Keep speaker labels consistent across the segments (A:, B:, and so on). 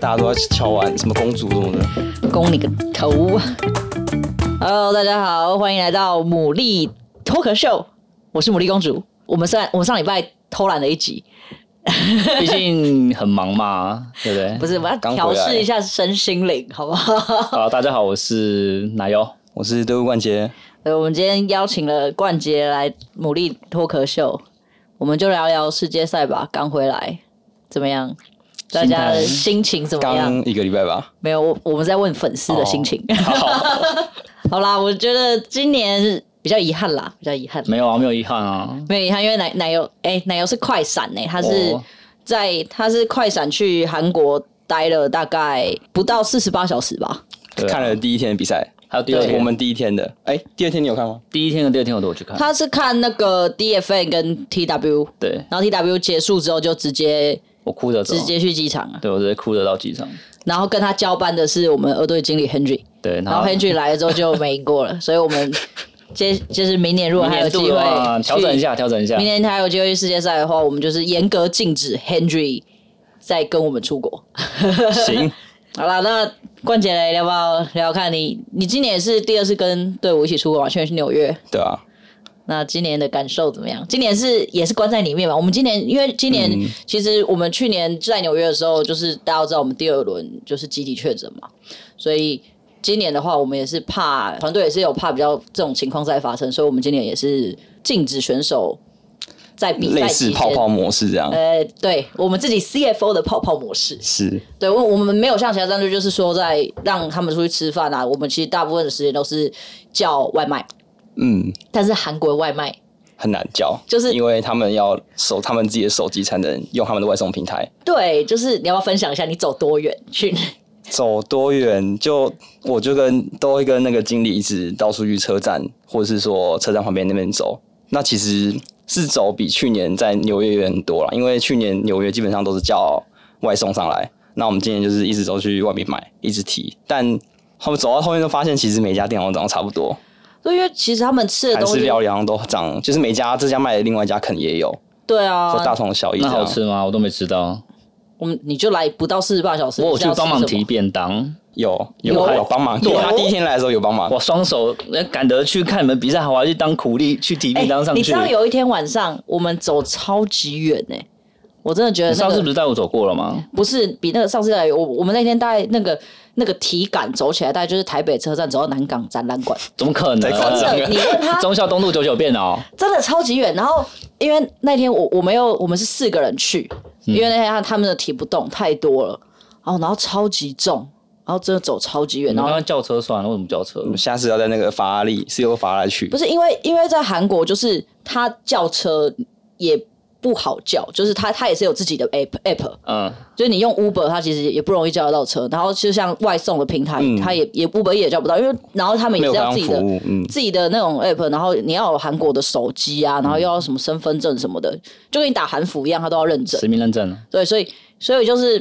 A: 大家都在敲完什么公主什么的。
B: 攻你个头！Hello，大家好，欢迎来到牡蛎脱壳秀，我是牡蛎公主。我们上我们上礼拜偷懒了一集，
C: 毕竟很忙嘛，对不对？
B: 不是我要
A: 刚回
B: 调
A: 来
B: 试一下身心灵，好不好？
C: 好，啊大家好，我是奶油。
A: 我是德国冠杰，
B: 呃，我们今天邀请了冠杰来牡蛎脱壳秀，我们就聊聊世界赛吧。刚回来怎么样？大家的心情怎么样？
A: 刚一个礼拜吧，
B: 没有，我我们在问粉丝的心情。
C: 好，
B: 好啦，我觉得今年比较遗憾啦，比较遗憾。
C: 没有啊，没有遗憾啊。
B: 没有遗憾，因为奶奶油哎、奶油是快闪呢、他是
C: 哦
B: 在他是快闪去韩国待了大概不到四十八小时吧。
C: 对啊
A: 看了第一天的比赛，
C: 还有第二
A: 我
C: 天，
A: 们第一天的。哎，第二天你有看吗？
C: 第一天跟第二天我都有去看。
B: 他是看那个 DFN 跟 TW，
C: 对
B: 然后 TW 结束之后就直接
C: 我哭着走
B: 直，接去机场了。
C: 对我直接哭着到机场。
B: 然后跟他交班的是我们二队经理 Henry，
C: 对，
B: 然后 Henry 来了之后就没赢过 了，所以我们 接就是明年如果
C: 明
B: 还有
C: 年
B: 机
C: 度的话
B: 会
C: 调整一
B: 去
C: 下，调整一下
B: 明。年他有机会去世界赛的话，我们就是严格禁止 Henry 再跟我们出国。
A: 行，
B: 好啦，那冠杰嘞，要不要聊聊看你？你今年也是第二次跟队伍一起出国嘛，去年去纽约。
A: 对啊，
B: 那今年的感受怎么样？今年是也是关在里面嘛？我们今年因为今年、
A: 嗯
B: 其实我们去年在纽约的时候，就是大家都知道我们第二轮就是集体确诊嘛，所以今年的话，我们也是怕团队也是有怕比较这种情况再发生，所以我们今年也是禁止选手在比赛
A: 类
B: 期
A: 似
B: 间
A: 泡泡模式这样，
B: 呃，对我们自己 CFO 的泡泡模式，
A: 是
B: 对，我我们没有像其他战队，就是说在让他们出去吃饭啊。我们其实大部分的时间都是叫外卖，
A: 嗯
B: 但是韩国外卖，
A: 很难教，
B: 就是
A: 因为他们要手他们自己的手机才能用他们的外送平台。
B: 对，就是你要不要分享一下你走多远去？
A: 走多远就我就跟都会跟那个经理一直到处去车站，或者是说车站旁边那边走。那其实是走比去年在纽约远很多啦，因为去年纽约基本上都是叫外送上来，那我们今年就是一直都去外面买，一直提。但后面走到后面都发现，其实每家店好像长得差不多，
B: 对，因为其实他们吃的
A: 韩
B: 东
A: 式
B: 西，
A: 料理好像都长，就是每家这家卖的，另外一家可能也有，
B: 对
A: 说大
B: 啊，
A: 同小异这
C: 那好
A: 样。
C: 吃吗？我都没吃到。
B: 我们你就来不到四十八小时，
C: 我有
B: 你
C: 去
B: 是要吃
C: 帮忙
B: 什么
C: 提便当，
A: 有有
B: 有
A: 有帮忙，因为他第一天来的时候有帮忙，
C: 我双手呃赶得去看你们比赛，我还去当苦力去提
B: 哎
C: 便当上
B: 你
C: 去
B: 知。道有一天晚上我们走超级远呢、我真的觉得
C: 你
B: 那
C: 上
B: 个
C: 次不是带我走过了吗？
B: 不是比那个上次来，我我们那天大概那个那个体感走起来，大概就是台北车站走到南港展览馆，
C: 怎么可能？
A: 太夸
B: 真
A: 张
B: 的，
A: 了
B: 你问 他
C: 忠孝东路九九变哦，
B: 真的超级远。然后因为那天我我们又我们是四个人去，
A: 嗯
B: 因为那天他他们的提不动太多了，然后然后超级重，然后真的走超级远，
C: 你
B: 然
C: 刚
B: 后。嗯
C: 刚叫车算了，为什么叫车
A: 我？们下次要在那个法拉利是由法拉利去
B: 不。是因为因为在韩国就是他叫车也不好叫，就是他他也是有自己的 app app，
C: 嗯，
B: 就是你用 Uber，它其实也不容易叫得到车。然后就像外送的平台，
A: 嗯
B: 它也也 Uber 也叫不到，因为然后他们也
A: 没有
B: 是要
A: 刚
B: 自
A: 刚
B: 己
A: 服
B: 的
A: 务，嗯，
B: 自己的那种 app，然后你要有韩国的手机啊，然后又要什么身份证什么的，就跟你打韩服一样，它都要认证。
C: 实名认证了。
B: 对，所以所以就是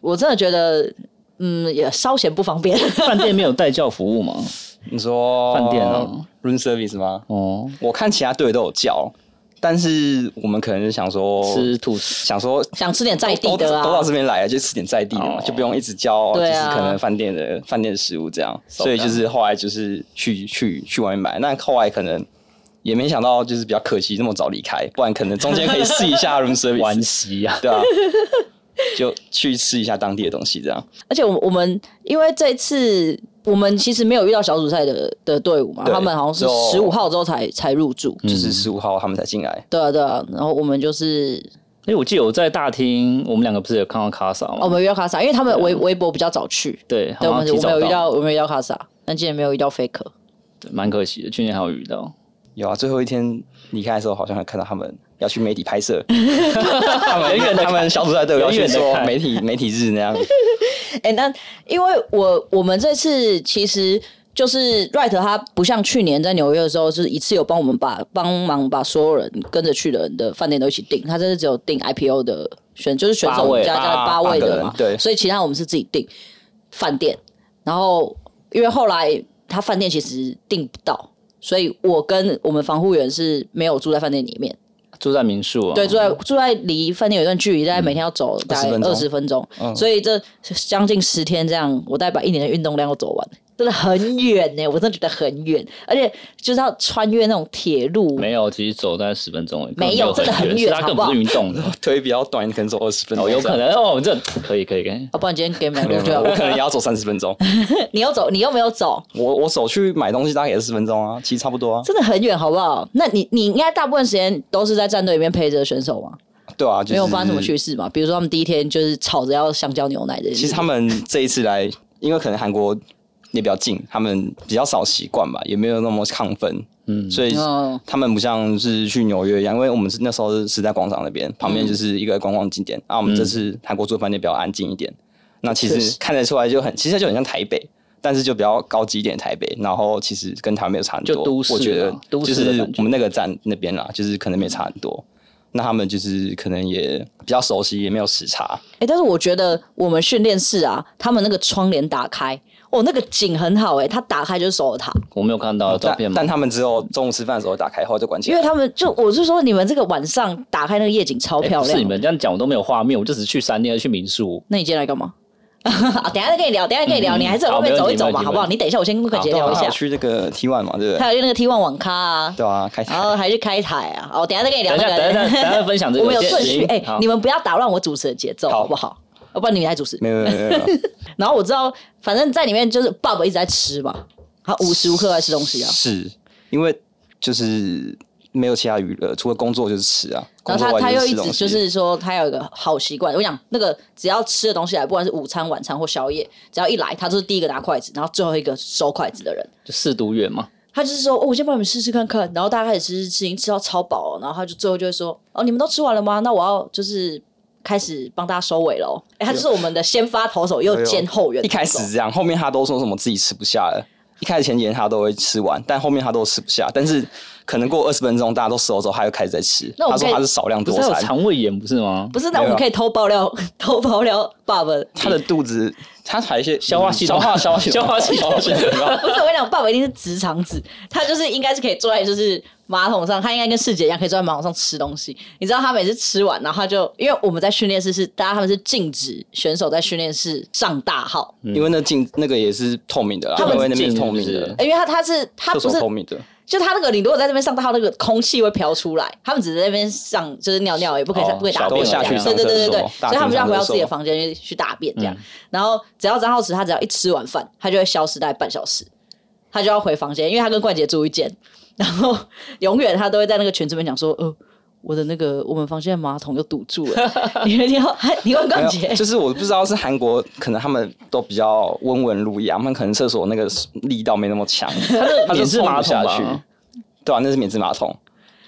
B: 我真的觉得，嗯，也稍显不方便。
C: 饭店没有代叫服务吗？
A: 你说
C: 饭店啊
A: ，room service 吗？
C: 哦，
A: 我看其他队都有叫，但是我们可能就想说，
B: 哦
C: 吃吐司。
A: 想说
B: 想吃点在地
A: 都
B: 的啊，
A: 都到这边来了，就吃点在地的嘛，
C: 哦
A: 就不用一直叫，就
B: 对
A: 是
B: 啊
A: 可能饭店的饭店的食物这样。
C: So
A: 所以就是后来就是去去去外面买，那后来可能。也没想到，就是比较可惜，那么早离开，不然可能中间可以试一下 room
C: 玩
A: service，
C: 席呀、
A: 对啊，就去吃一下当地的东西，这样。
B: 而且我我们因为这次我们其实没有遇到小组赛的的队伍嘛，
A: 对
B: 他们好像是
A: 就嗯
B: 十五号之后才才入驻。
A: 就是十五号他们才进来，
B: 对啊，对啊，然后我们就是
C: 因为我记得我在大厅，我们两个不是有看到卡萨吗？
B: 哦，我们遇到卡萨，因为他们
A: 啊
B: 微微博比较早去，
C: 对，
B: 对，我们我
C: 好像提
B: 们
C: 早
B: 有遇到，我们有遇到卡萨，但今年没有遇到 Faker。
C: 对蛮可惜的。去年还有遇到，
A: 有啊，最后一天离开的时候，好像还看到他们要去媒体拍摄，
C: 他们远
A: 他们小组赛队友要去
C: 远远地
A: 说
C: 看
A: 媒体媒体日那样。
B: 哎、那因为我我们这次其实就是 Right，他不像去年在纽约的时候，是一次有帮我们把帮忙把所有人跟着去的人的饭店都一起订，他这次只有订 IPO 的选，就是选
C: 八
B: 手
C: 位
B: 加加了
A: 八
B: 八位
A: 八个
B: 的
A: 人
B: 嘛，
A: 对
B: 所以其他我们是自己订饭店，然后因为后来他饭店其实订不到，所以我跟我们防护员是没有住在饭店里面。
C: 住在民宿啊，
A: 哦
B: 对，住在住在离饭店有一段距离，大概每天要走大概
A: 嗯20分钟嗯
B: 二十分钟，所以这将近十天这样，我大概把一年的运动量都走完，真的很远呢、我真的觉得很远，而且就是要穿越那种铁路，
C: 没有，其实走大概十分钟而已，
B: 没有真的很
C: 很
B: 远
C: 它根
B: 好不
C: 本不
B: 好
C: 是运动 的，
A: 腿比较短，你可能走二十分钟，
C: 哦，有可能哦，我们这可以可以可以，
B: 啊，不然今天给美
A: 没
B: 国
A: 有。没有
B: 就 要
A: 我可能也要走三十分钟，
B: 你又走，你又没有走，
A: 我我走去买东西大概也是十分钟啊，其实差不多啊。
B: 真的很远，好不好？那你你应该大部分时间都是在战队里面陪着选手嘛，
A: 对啊，就是、
B: 没有发生什么趣事嘛？比如说他们第一天就是吵着要香蕉牛奶这件事，
A: 其实他们这一次来，因为可能韩国也比较近，他们比较少习惯吧，也没有那么亢奋，嗯，所以
B: 嗯
A: 他们不像是去纽约一样，因为我们是那时候是时代广场那边，旁边
C: 嗯
A: 就是一个观光景点，啊，我们这次韩国住的饭店比较安静一点，那其
B: 确
A: 实
B: 实
A: 看得出来就很，其实就很像台北。但是就比较高级一点的台北，然后其实跟台湾没有差很多，
C: 就都市啊
A: 我觉得
C: 都
A: 就
C: 市的
A: 是
C: 感觉
A: 我们那个站那边啦，就是可能没差很多。那他们就是可能也比较熟悉，也没有时差，
B: 哎、但是我觉得我们训练室啊，他们那个窗帘打开，哦，那个景很好哎、它打开就是守塔，
C: 我没有看到哦照片
A: 但
C: 嘛
A: 但，他们只有中午吃饭的时候打开后就关起
B: 因
A: 来
B: 为。他们就我是说你们这个晚上打开那个夜景超
C: 哎
B: 漂
C: 不
B: 亮。哦
C: 是你们这样讲，我都没有画面，我就只去山店去民宿，
B: 那你今天来干嘛？ 啊，等一下再跟你聊，等一下跟你聊，
C: 嗯
B: 你还是在
C: 好
B: 外面
C: 没问
B: 走
C: 题
B: 一走
C: 没问
B: 吧，
C: 题
B: 好不好？你等一下，我先跟
A: 好
B: 慧姐聊一
A: 对啊还
B: 下
A: 有。去那个 T One 嘛，对不 对？
B: 还有去那个 T One 网咖啊，
A: 对啊，开台
C: 哦
B: 然后还去开台啊。哦，等一下再跟你聊
C: 等
B: 那
C: 一下
B: 个。
C: 等一下等一下分享这个
B: 我们有顺序，
C: 行
B: 哎，
C: 好
B: 你们不要打乱我主持的节奏，
A: 好
B: 好不好？哦要不然你们来主持。
A: 没有没有没有，没有
B: 然后我知道，反正在里面就是爸爸一直在吃嘛，他无时无刻在吃东西啊。
A: 是因为就是没有其他娱乐，除了工作就是吃啊。工
B: 然后
A: 作
B: 他他
A: 完
B: 又
A: 是
B: 一
A: 吃
B: 直
A: 东西
B: 就是说，他有一个好习惯，我想那个只要吃的东西来，不管是午餐、晚餐或宵夜，只要一来，他就是第一个拿筷子，然后最后一个收筷子的人。
C: 就四都远嘛，
B: 他就是说，哦，我先帮你们试试看看，然后大家开始吃吃吃，已经吃到超饱了，然后他就最后就会说，哦，你们都吃完了吗？那我要就是开始帮大家收尾喽。哎，他就是我们的先发投手，又兼后援投手。
A: 一开始这样，后面他都说什么自己吃不下了。一开始前几天他都会吃完，但后面他都吃不下。但是可能过二十分钟，大家都熟了之后，他又开始在吃。
B: 那我
A: 他说
B: 可以
A: 他是少量
C: 不
A: 多
C: 是还有
A: 餐，
C: 肠胃炎不是吗？
B: 不是，那我们可以偷爆料， 偷爆料爸爸。
A: 他的肚子他还有一些嗯
C: 消化系统
A: 消化消化系统
C: 消化系统
B: 不是，我跟你讲，爸爸一定是直肠子，他就是应该是可以坐在就是马桶上，他应该跟世姐一样可以坐在马桶上吃东西。你知道他每次吃完，然后他就因为我们在训练室是大家他们是禁止选手在训练室上大号，
C: 嗯
A: 因为那镜那个也是透明的啦，
B: 他们
A: 因为那边
C: 镜
A: 是
C: 子
A: 透明
C: 是不
A: 的
C: 是，
B: 因为他他是他
A: 厕
B: 不是
A: 所透明的。
B: 就他那个，你如果在那边上大号，那个空气会飘出来。他们只是在那边上，就是尿尿，也不可以上，
C: 哦
B: 不可以打
C: 小
B: 便
C: 便
B: 这样
C: 下去
B: 对
C: 上
B: 对对对
A: 厕所
B: 对，
A: 大
B: 所以他们就
A: 便上
B: 要回到
A: 厕所
B: 自己的房间去去大便这样。然后只要张浩慈他只要一吃完饭，他就会消失大概半小时，他就要回房间，因为他跟冠杰住一间，然后永远他都会在那个群这边讲说，呃。我的那个，我们房间的马桶又堵住了。你你要哎你问
A: 没
B: 冠
A: 有
B: 杰，
A: 就是我不知道是韩国，可能他们都比较温文儒雅，他们可能厕所那个力道没那么强， 他
C: 免
A: 就
C: 治
A: 冲
C: 马
A: 不
C: 桶
A: 下
C: 吧
A: 去，对啊，那是免治马桶，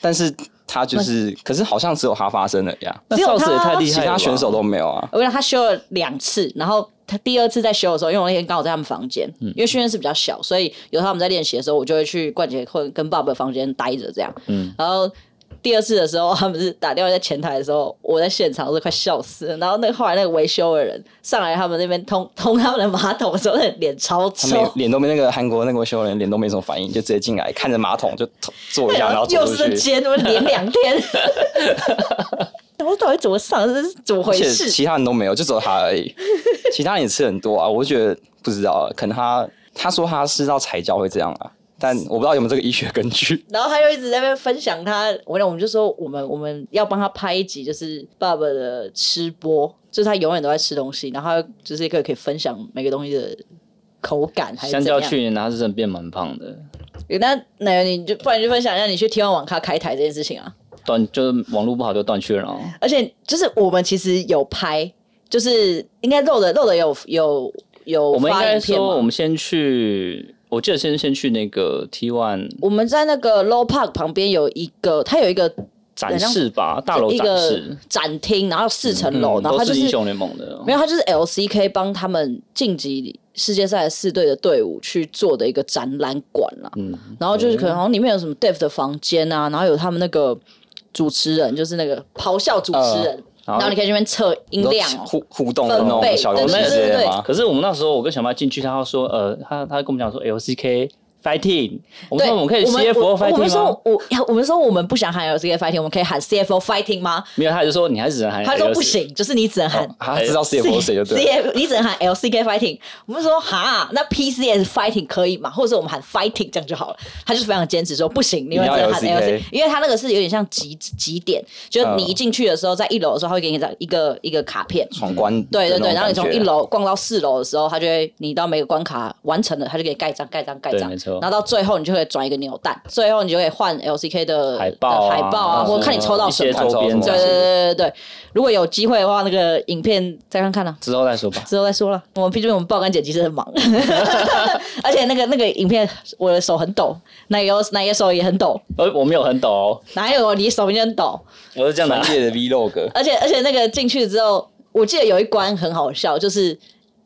A: 但是他就是，可是好像只有他发生了呀，
C: 那
B: 只有
C: 邵氏也
B: 他
C: 太厉
A: 其
C: 害了吧，
A: 他选手都没有啊。
B: 我跟你讲，他修了两次，然后他第二次在修的时候，因为我那天刚好在他们房间，
A: 嗯
B: 因为训练室比较小，所以有时候我们在练习的时候，我就会去冠杰或跟爸爸的房间待着这样。
A: 嗯
B: 然后第二次的时候，他们是打电话在前台的时候，我在现场我都快笑死了。然后那个后来那个维修的人上来，他们那边通通他们的马桶的时候，那脸超
A: 他
B: 臭
A: 们。脸都没那个韩国那个修人脸都没什么反应，就直接进来看着马桶就坐一 下，然后
B: 又
A: 走出
B: 是
A: 去。
B: 尖，我连 两天。我到底怎么上？这是怎么
A: 而
B: 回
A: 且
B: 事？
A: 其他人都没有，就只有他而 已。其他人也吃很多啊，我就觉得不知道，啊可能他他说他吃到彩椒会这样啊，但我不知道有没有这个医学根据。
B: 然后他又一直在那边分享他，我我们就说我们我们要帮他拍一集，就是爸爸的吃播，就是他永远都在吃东西，然后他就是一个可以分享每个东西的口感还是
C: 相
B: 怎
C: 较
B: 样
C: 去。年他是真的变蛮胖的，
B: 那那你就不然你就分享一下你去 T 1网咖开台这件事情啊。
C: 断就是网络不好就断去了哦。
B: 而且就是我们其实有拍，就是应该漏的漏的有有有
C: 我们应
B: 发
C: 该
B: 影片
C: 说，我
B: 嘛。
C: 们先去，我记得先先去那个 T One
B: 我们在那个 Low Park 旁边有一个，它有一个
C: 展示吧，大楼
B: 一
C: 展
B: 个
C: 示，
B: 展厅，然后四层楼，
C: 嗯
B: 然后
C: 都
B: 它就是是
C: 英雄联盟的哦，
B: 没有，他就是 LCK 帮他们晋级世界赛四队的队伍去做的一个展览馆啦。
C: 嗯
B: 然后就是可能好像里面有什么 Dave 的房间啊，然后有他们那个主持人，就是那个咆哮主持
C: 呃
B: 人，然后你可以去那边测音量哦。
A: 互互动的那
B: 分贝
A: 种小游戏
B: 对对
A: 之
B: 对
A: 类
B: 对
A: 的吗？
C: 可是我们那时候我跟小麦进去，他说，呃，他他跟我们讲说 LCK fighting，我
B: 对，
C: 们说我们可以
B: 我们
C: CFO
B: 我我们
C: fighting 吗
B: 说？我我们说我们不想喊 LCA fighting，我们可以喊 CFO fighting 吗？
C: 没有，他就说你还是只能哎喊。
B: 他说不，行，就是你只能
C: 哦
B: 喊
A: 哦他知道 CFO 谁就对了。
B: CF，你只能喊 LCK fighting。我们说哈，那 PCS fighting 可以吗？或者是我们喊 fighting 这样就好了。他就是非常坚持说不行，你们只能喊
A: 你要 LCK
B: LCK，因为他那个是有点像集集点，就
C: 嗯
B: 你一进去的时候，在一楼的时候，他会给你一张一个一个卡片。
A: 闯关，
B: 对对对，然后你从
C: 啊
B: 一， 楼逛到四楼的时候，他就会，你到每个关卡完成了，他就给你盖章、盖章、盖章，
C: 对没错
B: 然后到最后你就可以转一个扭蛋，最后你就可以换 LCK 的
C: 海报啊
B: 海报啊，或者看你抽到什
C: 一
B: 么
C: 些。周边
A: 看抽到
B: 对对
A: 什
B: 对
A: 么
B: 对对对，如果有机会的话，那个影片再看看啊。
C: 之后再说吧。
B: 之后再说了。我们毕竟我们爆肝剪辑是很忙， 而且那个那个影片我的手很抖，奶油奶油手也很抖，
C: 呃，我没有很抖哦，
B: 哪有你手也很抖？
C: 我是这样的
A: 专。 业的 Vlog，
B: 而且而且那个进去之后，我记得有一关很好笑，就是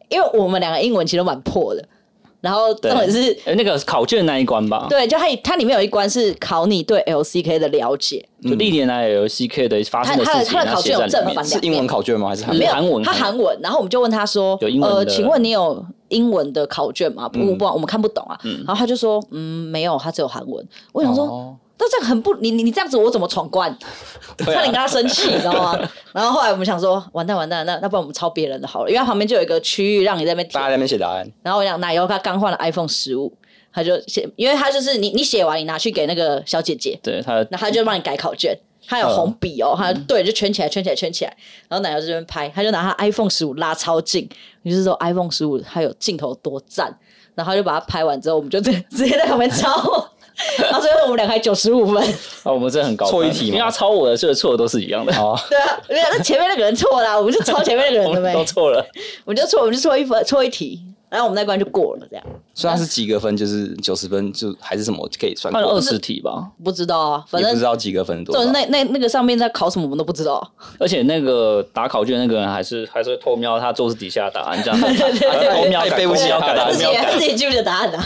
B: 因为我们两个英文其实都蛮破的，然后重点是
C: 哎，那个考卷那一关吧，
B: 对，就它它里面有一关是考你对 LCK 的了解，
C: 就历年来 LCK 的发生的
B: 他他的
C: 事情，
B: 他的考卷有
C: 然后写在里
B: 正
C: 面
B: 反
A: 是英文考卷吗？还是韩
C: 嗯
B: 没
A: 文？
B: 有
C: 韩文
B: 他韩文，然后我们就问他说
C: 有英，文的嗯
B: 呃，请问你有英文的考卷吗？不不，我们看不懂啊。然后他就说，嗯，没有，他只有韩文。我想说。
A: 哦
B: 那这样很不，你你你这样子我怎么闯关？差
C: 啊
A: 啊
B: 点跟他生气，你知道吗？ 然后后来我们想说，完蛋完蛋，那那不然我们抄别人的好了，因为他旁边就有一个区域让你在那边
A: 大家
B: 填。
A: 在那边写答案，
B: 然后我想奶油他刚换了 iPhone 十五，他就写，因为他就是你你写完你拿去给那个小姐姐，
C: 对他的
B: 然后他就帮你改考卷。他有红笔哦，他对就圈起来，圈起来，圈起来。然后奶油这边拍，他就拿他 iPhone 十五拉超近，于是说 iPhone 十五它有镜头多赞。然后他就把它拍完之后，我们就直直接在旁边抄。然后最后我们两个还九十五分，
C: 啊，我们真的很高分，
A: 错一题
C: 因
A: 吗
C: 为他抄我的，所以错的都是一样的，
A: 哦，
B: 对啊，没有，那前面那个人错啦，我们就抄前面那个
C: 我
B: 人的
C: 们
B: 呗
C: 都，错了。
B: 我们就错，我们就错一分，错一题，然后我们那关就过了，这样
A: 所以它是及格分，就是九十分，就还是什么可以算
C: 他
A: 过
C: 有
A: 的？
C: 二十题吧，
B: 不知道啊，反
A: 也不
B: 正
A: 知道及格分是多
B: 总
A: 少。
B: 之那那那个上面在考什么我们都不知道。啊
C: 而且那个打考卷那个人还是还是会偷瞄他桌子底下的答案，这 样偷瞄
A: 太
C: 改
A: 背不
C: 偷
A: 起
C: 瞄
A: 他
C: 改
A: 了
C: 偷
B: 自
C: 瞄
B: 己
C: 改
B: 自己记不得答案的、啊。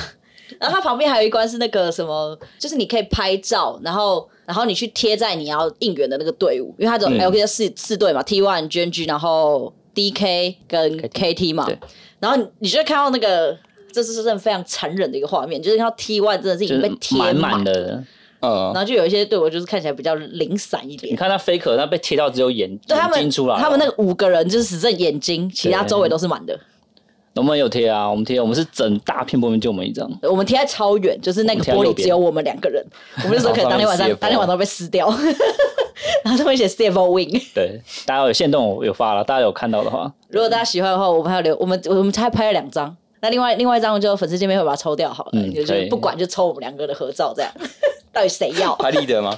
B: 然后它旁边还有一关是那个什么，就是你可以拍照，然后然后你去贴在你要应援的那个队伍，因为它
C: 嗯
B: 总 LK 四四队嘛，T One、GNG，然后 DK 跟 KT 嘛
C: 对，
B: 然后你就会看到那个，这是真的非常残忍的一个画面，就是看到 T One 真的是已
C: 就
B: 经被
C: 是
B: 贴
C: 满满，的。
A: 嗯
B: 然，后就有一些队伍就是看起来比较零散一
C: 你
B: 点。
C: 看他 faker，他被贴到只有眼
B: 对他
C: 嗯眼
B: 们
C: 睛出来，，
B: 他们那个五个人就是只剩眼睛，其他周围都是满的。
C: 我们有贴啊，我们贴，我们是整大片玻璃就我们一张，
B: 我们贴在超远，就是那个玻璃只有我们两个 人。我们那时候可能当天晚上
A: 然后上面 CFO，
B: 当天晚上被撕掉， 然后上面写 CFO Win。
C: 对，大家有限动我有发了，大家有看到的话，
B: 如果大家喜欢的话，我们还有留，我们我们才拍了两张。那另外另外一张就粉丝见面会把它抽掉好了，
C: 嗯
B: 就
C: 可
B: 是
C: 以
B: 不管就抽我们两个的合照这样。 到底谁 要？
A: 拍立 得吗？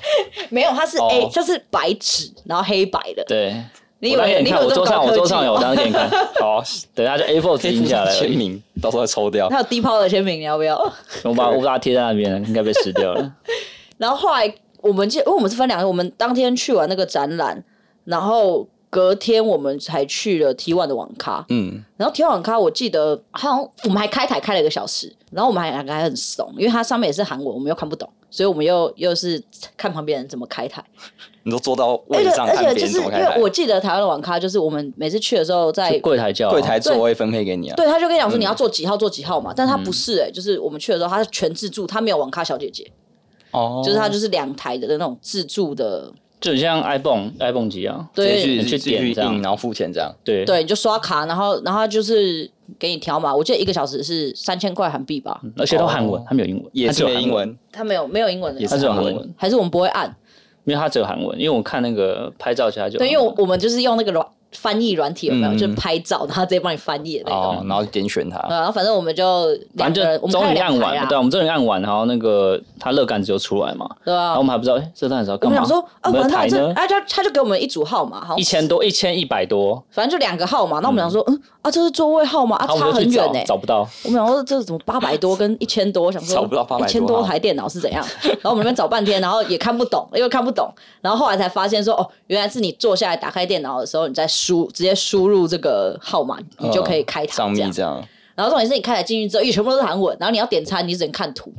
B: 没有，它是 A，、
A: 哦
B: 它是白纸，然后黑白的。
C: 对。
B: 你以
C: 我当然
B: 为你
C: 给你
B: 以
C: 看，
B: 为
C: 我
B: 这么
C: 桌上
B: 高
C: 我
B: 科
C: 桌
B: 技
C: 上有，我
B: 吗？
C: 当然给 你看。好，等下就 A4
A: 可
C: 纸
A: 以
C: 印下来而
A: 签
C: 已，
A: 名，到时候再抽掉。
B: 它有低抛的签名，你要不要？
C: 我把我把它贴在那边，应该被撕掉了。
B: 然后后来我们记，因为我们是分两个，我们当天去完那个展览，然后隔天我们才去了 T One 的网咖。
A: 嗯，
B: 然后 T One 网咖，我记得好像我们还开台开了一个小时，然后我们还两个还很怂，因为它上面也是韩文，我们又看不懂，所以我们又又是看旁边人怎么开台。
A: 你都坐到
B: 而
A: 位
B: 且
A: 上
B: 哎而
A: 看别
B: 且就
A: 人
B: 是
A: 怎
B: 因
A: 么开台
B: 为我记得台湾的网咖，就是我们每次去的时候在
C: 就柜台叫啊
A: 柜台座位分配给你啊。
B: 对，他就跟你讲说你要做几号做几号嘛，但他
A: 嗯
B: 不是哎、就是我们去的时候他是全自助，他没有网咖小姐姐，
A: 哦
B: 就是他就是两台的那种自助的，就
C: 就很像 iPhone iPhone 机啊，
B: 对
A: 直接去
C: 你去
A: 自己去
C: 点这样
A: 印，然后付钱这样。
C: 对
B: 对，你就刷卡，然后然后他就是给你调码，我记得一个小时是三千块韩币吧，
C: 而且都韩文
A: 哦，
C: 他没有英文，
A: 也
C: 他只
A: 是
C: 有
A: 没
C: 韩
A: 英，文，
B: 他没有没有英文的，
A: 也
C: 他只有
A: 是
C: 韩
A: 韩
C: 文
A: 文，
B: 还是我们不会按，
C: 因为他只有韩文，因为我看那个拍照起来就
B: 对，因为我我们就是用那个软翻译软体有没有，
A: 嗯
B: 就是拍照，然后直接帮你翻译的那种。
A: 哦，然后点选它。
B: 呃然后反正我们就两
C: 反
B: 个人
C: 正，
B: 我
C: 就
B: 们
C: 终
B: 看
C: 于
B: 两
C: 按
B: 台啊
C: 完，
B: 啦
C: 对，，啊我们终于按完，然后那个他热感子就出来嘛，
B: 对
C: 然
B: 啊
C: 后我。们还不知道哎这段是要
B: 我
C: 干
B: 们
C: 嘛，
B: 想说啊，
C: 我们
B: 完
C: 的台
B: 蛋，这
C: 呢
B: 啊，他他就给我们一组号码，好像
C: 一千多一千一百多，
B: 反正就两个号码，那我们想说，嗯啊，这是座位号码啊，
C: 然后我
B: 差
C: 们就
B: 很
C: 去
B: 远
C: 找
B: 呢、
C: 找不到，
B: 我们想说这怎么八百多跟一千多，我想说
A: 找不到800多
B: 一千多
A: 号
B: 台电脑是怎样？然后我们那边找半天，然后也看不懂，因为看不懂，然后后来才发现说，哦，原来是你坐下来打开电脑的时候，你再输直接输入这个号码，你就可以开台
A: 上
B: 这
A: 面
B: 样。
A: 这样，
B: 然后重点是你开台进去之后，因为全部都是韩文，然后你要点餐，你只能看图。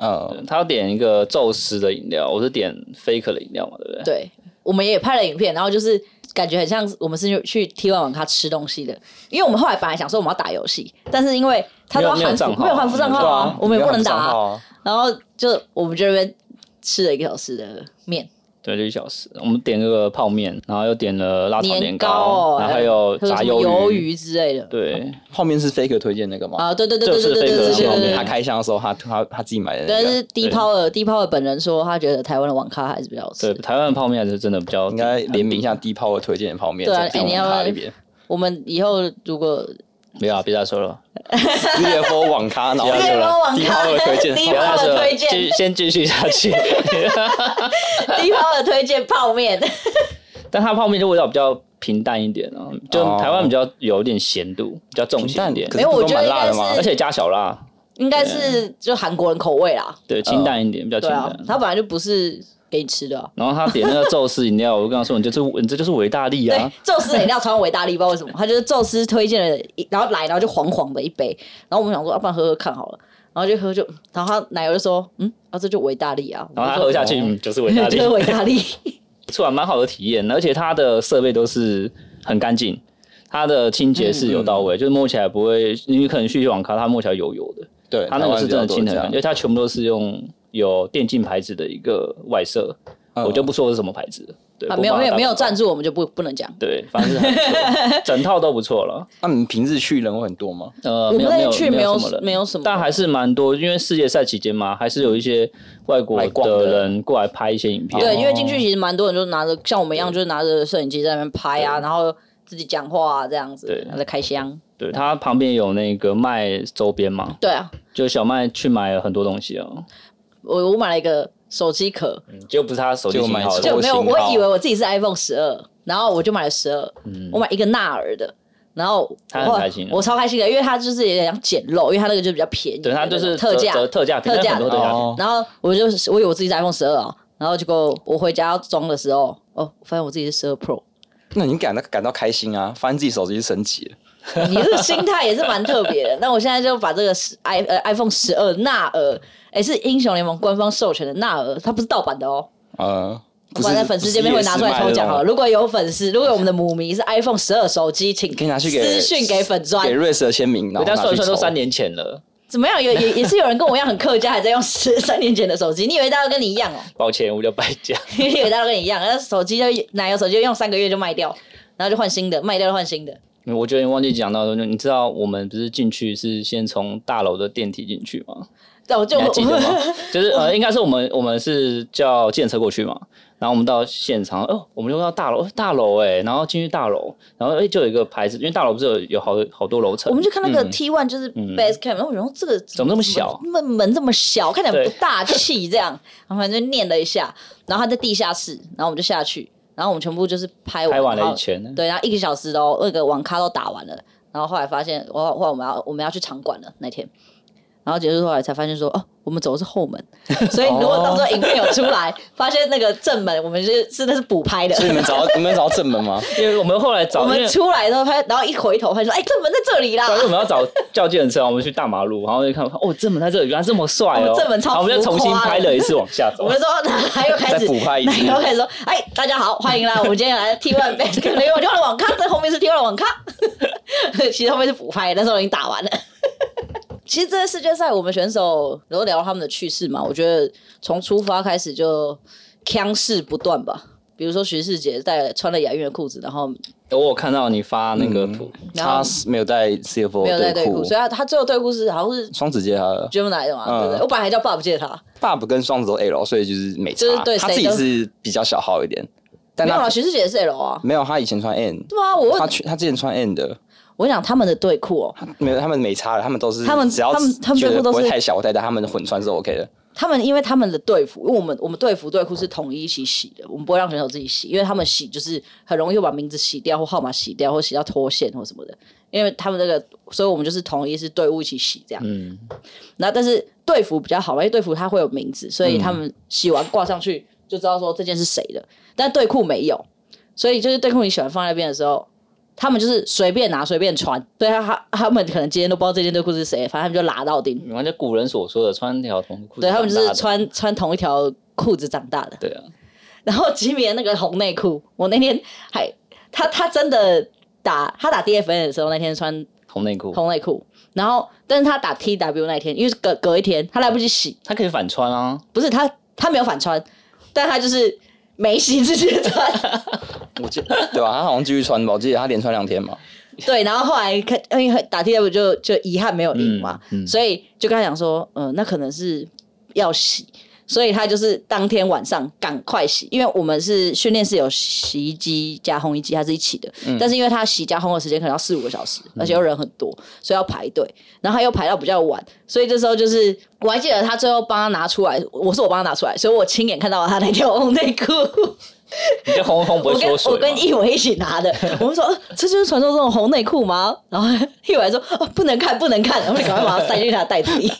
A: 嗯，
C: 他要点一个宙斯的饮料，我是点 Faker 的饮料嘛，对不对？
B: 对，我们也拍了影片，然后就是。感觉很像我们是去 T 万网咖吃东西的，因为我们后来本来想说我们要打游戏，但是因为他都要
C: 没有没有
B: 韩服
C: 账号啊
B: 没有韩服账号啊，我们也不能打
A: 啊
B: 啊，
A: 对啊。
B: 然后就我们就在那边吃了一个小时的面，
C: 对，就一小时。我们点了泡面，然后又点了辣炒
B: 年
C: 糕，
B: 哦，
C: 然后还有
B: 还有
C: 炸
B: 什么鱿
C: 鱼。
B: 鱼之类的，
C: 对，
A: 后面是 Faker 推荐那个吗？
B: 啊，对对对对
C: 就是
B: 对对对对
C: 飞
B: 对
A: 后
C: 哥泡
B: 对
A: 面
C: 面
A: 他
B: 对。
A: 开箱的时候，他他他自己买的
B: 但
A: 那
B: 是
A: 个，
B: 低抛的低抛的本人说，他觉得台湾的网咖还是比较好
C: 对，
B: 吃。
C: 台湾的泡面还是真的比较
A: 应该联名一下低泡的推荐的泡面，
B: 对啊
A: 在我
B: 哎
A: 们
B: 你要不要
A: 卡里边。
B: 我们以后如果
C: 没有啊，别再 说了，
A: CFO 网咖，然后
C: 不要说了
A: 低泡的推荐，
B: 低
C: 别
B: 抛
C: 再说
B: 的
C: 了，
B: 推
C: 继续
B: 荐，
C: 先继续 下去。
B: 低抛的推荐泡面，
C: 但它泡面就味道比较平淡一点啊，就
A: 哦
C: 台湾比较有点咸度，比较重
A: 平
C: 咸
A: 淡
C: 一点
A: 可，
B: 没
A: 是
B: 有
A: 不
B: 我
A: 都
B: 觉
A: 蛮
B: 得应
A: 辣
B: 该
A: 的吗
C: 而
B: 是
C: 且加小辣，
B: 应该是就韩国人口味啦。
A: 哦
C: 对，清淡一点，比较清
B: 对啊
C: 淡，。
B: 他本来就不是给你吃的啊。
C: 然后他点那个宙斯饮料，我跟他说，你就是你这就是维大利啊
B: 对，，宙斯饮料超维大利，不知道为什么，他 就是宙斯推荐的一，然后来，然后就黄黄的一杯，然后我们想说，要、啊不然喝喝看好了，然后就喝就，然后他奶油就说，嗯，啊这就维大利啊，
C: 然后他喝 下
A: 哦
C: 去，嗯，就是维大利
B: 就，是维大利，
C: 出来蛮好的体验，而且它的设备都是很干净，它的清洁是有
B: 嗯
C: 到位，就是摸起来不会，你可能去网咖它摸起来油油的，
A: 对，
C: 它那个是真的清
A: 台
C: 很干
A: 湾比较
C: 净，因
A: 多
C: 为它全部都是用有电竞牌子的一个外设，
A: 这样，
C: 我就
A: 嗯
C: 不说是什么牌子了，对，
B: 啊
C: 不
B: 没有
C: 帮
B: 没
C: 它
B: 有
C: 打
B: 没有
C: 广告
B: 赞，助我们就不不能讲，
C: 对，反正是很不错整套都不错了，
A: 那你们平日去人会很多吗？
C: 呃，
B: 我们
C: 没有
B: 那
C: 没
B: 天
C: 有
B: 去
C: 没
B: 没有
C: 什么人
B: 没有什么，
C: 但还是蛮多，因为世界赛期间嘛，还是有一些外国
A: 来逛
C: 的
A: 的
C: 人过来拍一些影片。
B: 对，
A: 哦
B: 因为进去其实蛮多人就拿着像我们一样，就是拿着摄影机在那边拍啊，然后自己讲话啊这样子
C: 对，
B: 然后在开箱，
C: 对，它旁边有那个卖周边嘛，
B: 对啊，
C: 就小麦去买了很多东西哦，嗯
B: 我我买了一个手机壳，
C: 就不是他手机型号的，
A: 就
B: 就
A: 我
B: 没有，
A: 型
B: 我
A: 号
B: 以为我自己是 iPhone 十二，然后我就买了十二、我买一个纳尔的，然后
C: 嗯他很
B: 我
C: 开心啊
B: 我超开心的，因为它就是有点像捡漏，因为它那个就比较便宜，
C: 对他就是
B: 特价。
C: 折折特价品，
B: 特价
C: 很多特价品。
A: 哦
B: 然后我就是我以为我自己是 iPhone 十二啊，然后结果我回家要装的时候，哦，发现我自己是十二 Pro，
A: 那你感到感到开心啊，发现自己手机是升级了，
B: 你这个心态也是蛮特别的。那我现在就把这个10 i 呃 iPhone 十二纳尔，哎，是英雄联盟官方授权的纳尔，它不是盗版的哦。
A: 呃，不
B: 我
A: 是哦
B: 在粉丝见面会拿出来抽奖好了。，如果有粉丝，如果有我们的母迷是 iPhone 十二手机，请
A: 可以拿去给
B: 私讯给粉
A: 不是
B: 砖
A: 也。瑞士的签名，然
C: 人
A: 后
C: 家
A: 拿
C: 算
A: 去
C: 一算都
A: 抽
C: 三年前了，
B: 怎么样？有也也是有人跟我一样很客家，还在用十三年前的手机。你以为大家都跟你一样哦？
C: 抱歉，我就败家。
B: 你以为大家都跟你一样？那手机就奶油手机就用三个月就卖掉，然后就换新的，卖掉就换新的。
C: 我觉得你忘记讲到，你知道我们不是进去是先从大楼的电梯进去吗？
B: 对，我就
C: 你还记得吗？ 就是呃，应该是我们我们是叫建车过去嘛，然后我们到现场，哦，我们就到大楼，哦大楼哎、然后进去大楼，然后哎、就有一个牌子，因为大楼不是有有好好多楼层，
B: 我们就看那个 T one 就是 Base Camp，、然后我想说这个
C: 怎嗯么那么小？
B: 门门这么小，看起来
C: 对
B: 不大气这样。然后反正就念了一下，然后他在地下室，然后我们就下去，然后我们全部就是拍完
C: 拍完
B: 然
C: 了
B: 后
C: 一圈，
B: 对，然后一个小时都那个网咖都打完了，然后后来发现，我后来我们要我们要去场馆了那天，然后结束后来才发现说，哦，我们走的是后 门，所以如果到时
C: 哦
B: 候影片有出来，发现那个正门我们是是那是补拍的，
A: 所以你们找到你们找到正门 吗？
C: 因为我们后来找，
B: 我
C: 因
B: 们
C: 为
B: 出来之后拍，然后一回头发现说，哎，正门在这里啦
C: 对，因为我们要找叫计程车，我们去大马路，然后就看哦，正门在这里，原来这么帅 哦
B: 哦，正门超
C: 然后我们就重新
B: 浮夸的
C: 拍了一次往下 走
B: 我。们说，然后又开
A: 再
B: 始
A: 补拍一次
B: 然后又开始说，哎，大家好，欢迎来，我们今天来 T One Best，因为我就网咖，在后面是 T One 网咖， 其实后面是补拍，那时候已经打完了。 其实这个世界赛，我们选手都聊他们的趣事嘛，我觉得从出发开始就腔势不断吧。比如说徐世杰带穿了亚运的裤子，然后
C: 我有看到你发那个图，
B: 然后
A: 他是没有带 CFO
B: 没有带队
A: 队
B: 裤，所以他他最后队裤是好像是
A: 双子接他的
B: Gemini 的嘛，
A: 嗯
B: 对不对？我本来还叫爸爸借他，
A: ，Bob 跟双子都 L，所以就是没差
B: 就是对。
A: 他
B: 谁
A: 自己
B: 都
A: 是比较小号一点，但
B: 没有
A: 他
B: 啦，徐世杰也是 L 啊，
A: 没有他以前穿 N，
B: 对啊，我
A: 他
B: 问
A: 去他之前穿 N 的，
B: 我跟你讲他们的队裤哦，
A: 没有他们没差了，他们都是
B: 他们
A: 只要
B: 他们他们
A: 觉
B: 全
A: 得
B: 部
A: 不
B: 都
A: 会
B: 是
A: 太小，我带带他们混穿是 OK 的。
B: 他们因为他们的队服，因为我们我们队服队裤是统一一起洗的，我们不会让选手自己洗，因为他们洗就是很容易会把名字洗掉或号码洗掉或洗到脱线或什么的，因为他们这个，所以我们就是统一是队伍一起洗这样。
C: 嗯，
B: 然后但是队服比较好玩，因为队服它会有名字，所以他们洗完挂上去就知道说这件是谁的，但队裤没有，所以就是队裤你喜欢放在那边的时候。他们就是随便拿随便穿，对啊，他他们可能今天都不知道这件队裤是谁，反正他们就拿到定。
C: 你看就古人所说的穿条红裤子
B: 对
C: 长大
B: 他们
C: 的，
B: 就是穿穿同一条裤子长大的。
C: 对啊，
B: 然后吉米的那个红内裤，我那天还他他真的打他打 DFN 的时候，那天穿
C: 红内裤，
B: 红内裤，然后但是他打 TW 那一天，因为是隔隔一天，他来不及洗，
C: 他可以反穿啊。
B: 不是他他没有反穿，但他就是没洗直接穿。
A: 我记对吧？他好像继续穿吧，我记得他连穿两天嘛。
B: 对，然后后来看，因为打 TW 就就遗憾没有赢嘛，
C: 嗯嗯
B: 所以就跟他讲说，嗯、那可能是要洗，所以他就是当天晚上赶快洗，因为我们是训练是有洗衣机加烘衣机，它是一起的，
C: 嗯
B: 但是因为他洗加烘的时间可能要四五个小时，而且又人很多，所以要排队，然后他又排到比较晚，所以这时候就是我还记得他最后帮他拿出来，我是我帮他拿出来，所以我亲眼看到他那条 红内裤。
C: 你这红红不
B: 我
C: 会
B: 跟
C: 缩水
B: 我
C: 吗？
B: 跟义伟一起拿 的，我们说呃这就是传说中的红内裤吗？然后义伟还说、哦、不能看，不能看，然后你赶快把它塞进他的袋子 里。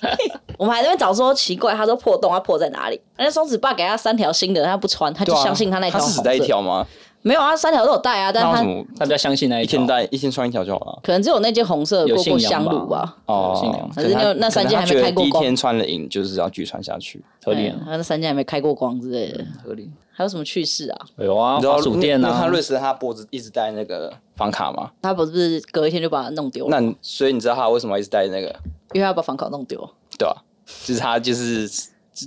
B: 我们还在那边找说奇怪，他说破洞，他破在哪里？人家双子爸给他三条新的，他不穿，他就
A: 对啊，
B: 相信他那条
A: 他
B: 红
A: 是
B: 色。
A: 只带一条吗？
B: 没有啊，他三条都有带啊，但
A: 那为
B: 他哦
A: 什么
C: 他比较相信那一
A: 一
C: 条
A: 天带一天穿一条就好了？
B: 可能只有那件红色的
C: 有
B: 过过
C: 信仰
B: 香炉
C: 吧
B: 吧。
C: 有信
A: 哦
C: 仰，
A: 可
B: 可是
A: 能
B: 那
A: 他
B: 那三
A: 可能
B: 件
A: 他
B: 还没
A: 觉得
B: 开过
A: 第一
B: 光
A: 天穿了瘾，就是要继续穿下去。
C: 合理
B: 哎
C: 啊，
B: 他那三件还没开过光之类的，
C: 合理。
B: 还有什么趣事啊？
C: 有啊，
A: 你知道
C: 滑鼠店
A: 那那
C: 啊
A: 看，瑞斯他脖子一直戴那个房卡嘛？
B: 他不是隔一天就把它弄丢了，
A: 那你所以你知道他为什么一直戴那个？
B: 因为他把房卡弄丢了。
A: 对吧、就是他就是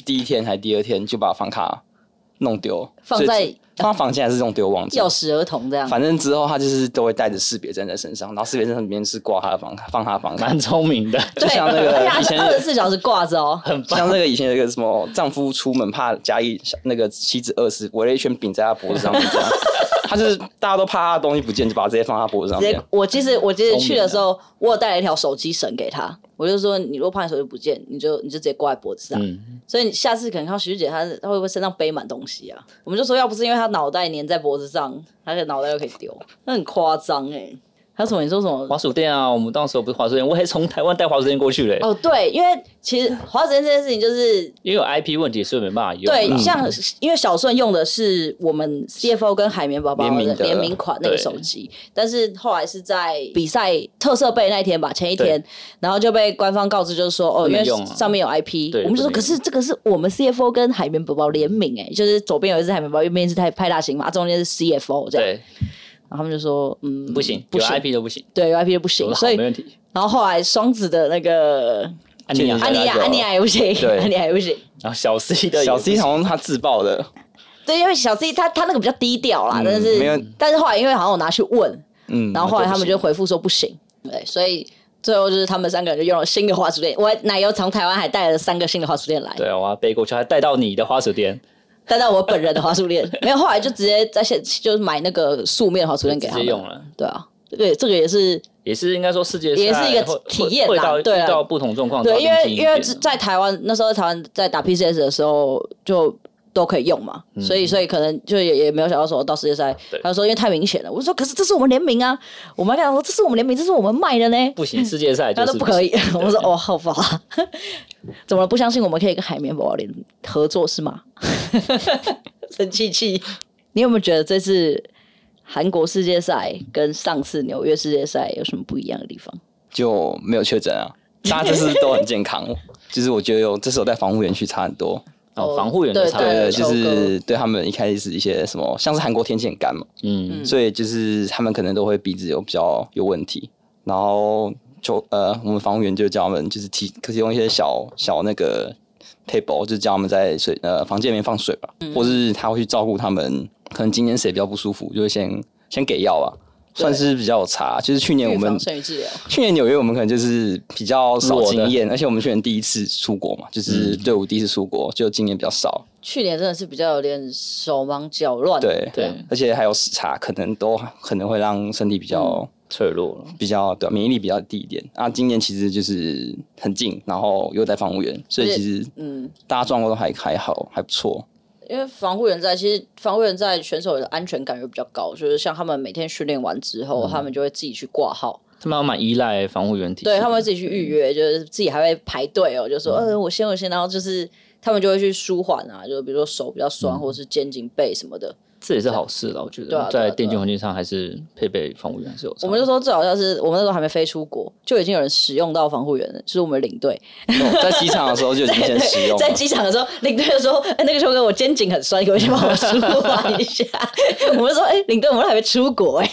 A: 第一天还第二天就把房卡弄丢，
B: 放
A: 所以
B: 在
A: 放房间还是弄丢忘记
B: 钥。匙儿童这样，
A: 反正之后他就是都会带着识别证在身上，然后识别证里面是挂他的房卡，放他的房卡
C: 蛮，聪明的，
B: 对，
A: 像那个
B: 而且他
A: 以
B: 是
A: 前
B: 二十四小时挂着哦，
C: 很棒。
A: 像那个以前有一个什么丈夫出门怕家里小那个妻子饿死，围了一圈饼在他脖子上面这样，他就是大家都怕他的东西不见，就把它直接放他脖子上
B: 直接
A: 面。，
B: 我其实我其实去的时候，我有带了一条手机绳给他，我就说你如果怕你手机不见，你就你就直接挂在脖子上。
C: 嗯，
B: 所以你下次可能看到徐姐她，她会不会身上背满东西啊？我们就说要不是因为她脑袋粘在脖子上，她的脑袋又可以丢， 那很夸张哎。还有什么？你说什么？
C: 滑鼠店啊，我们到时候不是滑鼠店，我还从台湾带滑鼠店过去嘞，
B: 哦，对，因为其实滑绳这件事情就是
C: 因为有 IP 问题，所以没办法用。啊
B: 对，像因为小顺用的是我们 CFO 跟海绵宝宝
A: 联名的
B: 联名款那个
C: 对
B: 手机，但是后来是在比赛特设备那一天吧，前一天，然后就被官方告知，就是说哦，
C: 不
B: 因
C: 能
B: 为
C: 用啊
B: 上面有 IP，
C: 对
B: 我们就说
C: 不能用
B: 可是这个是我们 CFO 跟海绵宝宝联名哎、就是左边有一只海绵宝宝，右边一只派派大星嘛，啊中间是 CFO 这样，
C: 对，
B: 然后他们就说嗯
C: 不行，
B: 不
C: 有
B: 行，
C: IP 都不行，
B: 对有 IP 就不
C: 有
B: 行，
C: 的好
B: 所以啊
C: 没问题。
B: 然后后来双子的那个
C: 安妮亚，
A: 安
B: 安妮亚安妮亚也不行，
A: 对
B: 安妮亚也不行。
C: 然后小 C 的也
A: 小
C: 不行
A: C 好像他自爆的，
B: 对，因为小 C 他他那个比较低调啦，但
A: 没有
B: 是但是后来因为好像我拿去问，
A: 嗯，
B: 然后后来他们
A: 那
B: 就回复说不行，对，所以最后就是他们三个人就用了新的滑鼠垫，我还奶油从台湾还带了三个新的滑鼠垫来，
C: 对，我要背过去，还带到你的滑鼠店，
B: 带到我本人的滑鼠垫，没有，后来就直接在现就是买那个素面滑鼠垫给
C: 直
B: 他
C: 接
B: 们，
C: 用了。
B: 对啊，这个也这个也是
C: 也是应该说世界
B: 也是一个
C: 赛会
B: 体验
C: 会
B: 啦
C: 到
B: 对啊
C: 遇到不同状况，
B: 对，
C: 找
B: 因为
C: 临机应
B: 因为
C: 变
B: 在在台湾那时候台湾在打 PCS 的时候就都可以用嘛，所以所以可能就也也没有想到说到世界赛
C: 嗯对，
B: 他就说因为太明显了，我就说可是这是我们联名啊，我们还讲说这是我们联名，这是我们卖的呢，
C: 不行，世界赛
B: 他说
C: 就是
B: 不可以，
C: 行
B: 我说哦好吧，怎么了？不相信我们可以跟海绵宝宝联合作是吗？ 生气气，你有没有觉得这次韩国世界赛跟上次纽约世界赛有什么不一样的地方？
A: 就没有确诊 啊，大家这次都很健康。就是我觉得有，这次我带防护员去差很多。
C: 哦，防护员的
B: 对
C: 差
A: 对
C: 别，
A: 对，
B: 对
A: 就
B: 收割
A: 是对他们一开始一些什么，像是韩国天气很干嘛，
C: 嗯，
A: 所以就是他们可能都会鼻子有比较有问题，然后就呃，我们防务员就叫他们就是提提供一些小小那个 table，就叫他们在水呃房间里面放水吧，或是他会去照顾他们，可能今天谁比较不舒服，就会先先给药啊，算是比较有差。就是去年我
B: 预
A: 们
B: 防胜于治疗。
A: 去年纽约我们可能就是比较少
C: 弱的
A: 经验，而且我们去年第一次出国嘛，就是队伍第一次出国，就经验比较少，
B: 去年真的是比较有点手忙脚乱。
A: 对
C: 对
A: 而且还有时差，可能都可能会让身体比较。
C: 脆弱了，
A: 比较对、免疫力比较低一点。啊，今年其实就是很近，然后又在防务员，所以其实
B: 嗯，
A: 大家状况都还还好，还不错。
B: 因为防护员在，其实防护员在选手的安全感又比较高，就是像他们每天训练完之后，他们就会自己去挂号，
C: 他们还蛮依赖防护员体系的，
B: 对他们会自己去预约，就是自己还会排队哦，就说嗯、呃我先我先，然后就是他们就会去舒缓啊，就是比如说手比较酸，或者是肩颈背什么的，
C: 这也是好事了，我觉
B: 对啊
C: 得
B: 对啊
C: 在电竞环境上还是配备防护员还是有差。
B: 我们就说最好像是我们那时候还没飞出国，就已经有人使用到防护员了，就是我们领队
A: 哦在机场的时候就已经先使用了啊
B: 在机场的时候，领队就说：“哎，那个球哥我肩颈很酸，可不可以帮我舒缓一下？” 我们说：“哎，领队，我们都还没出国哎、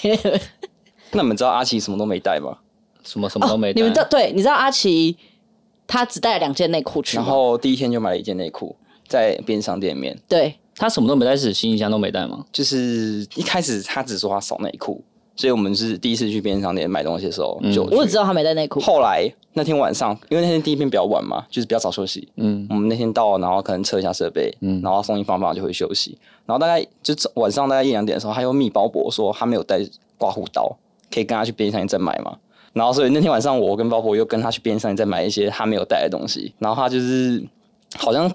A: 那你们知道阿奇什么都没带吗？
C: 什么什么 都没
B: 啊
C: 带，
B: 你们知道对，你知道阿奇他只带了两件内裤去吗，
A: 然后第一天就买了一件内裤，在便利商店里面。
B: 对
C: 他什么都没带，是行李箱都没带吗？
A: 就是一开始他只说他少内裤，所以我们是第一次去便利商店买东西的时候就、
B: 嗯我只知。道他没带内裤，
A: 后来那天晚上，因为那天第一天比较晚嘛，就是比较早休息。
C: 嗯
A: 嗯，我们那天到，然后可能测一下设备，嗯，然后送一方法就回去休息。然后大概就晚上大概一两点的时候，他又密包博说他没有带刮胡刀，可以跟他去便利商店再买嘛。然后所以那天晚上我跟包博又跟他去便利商店再买一些他没有带的东西。然后他就是好像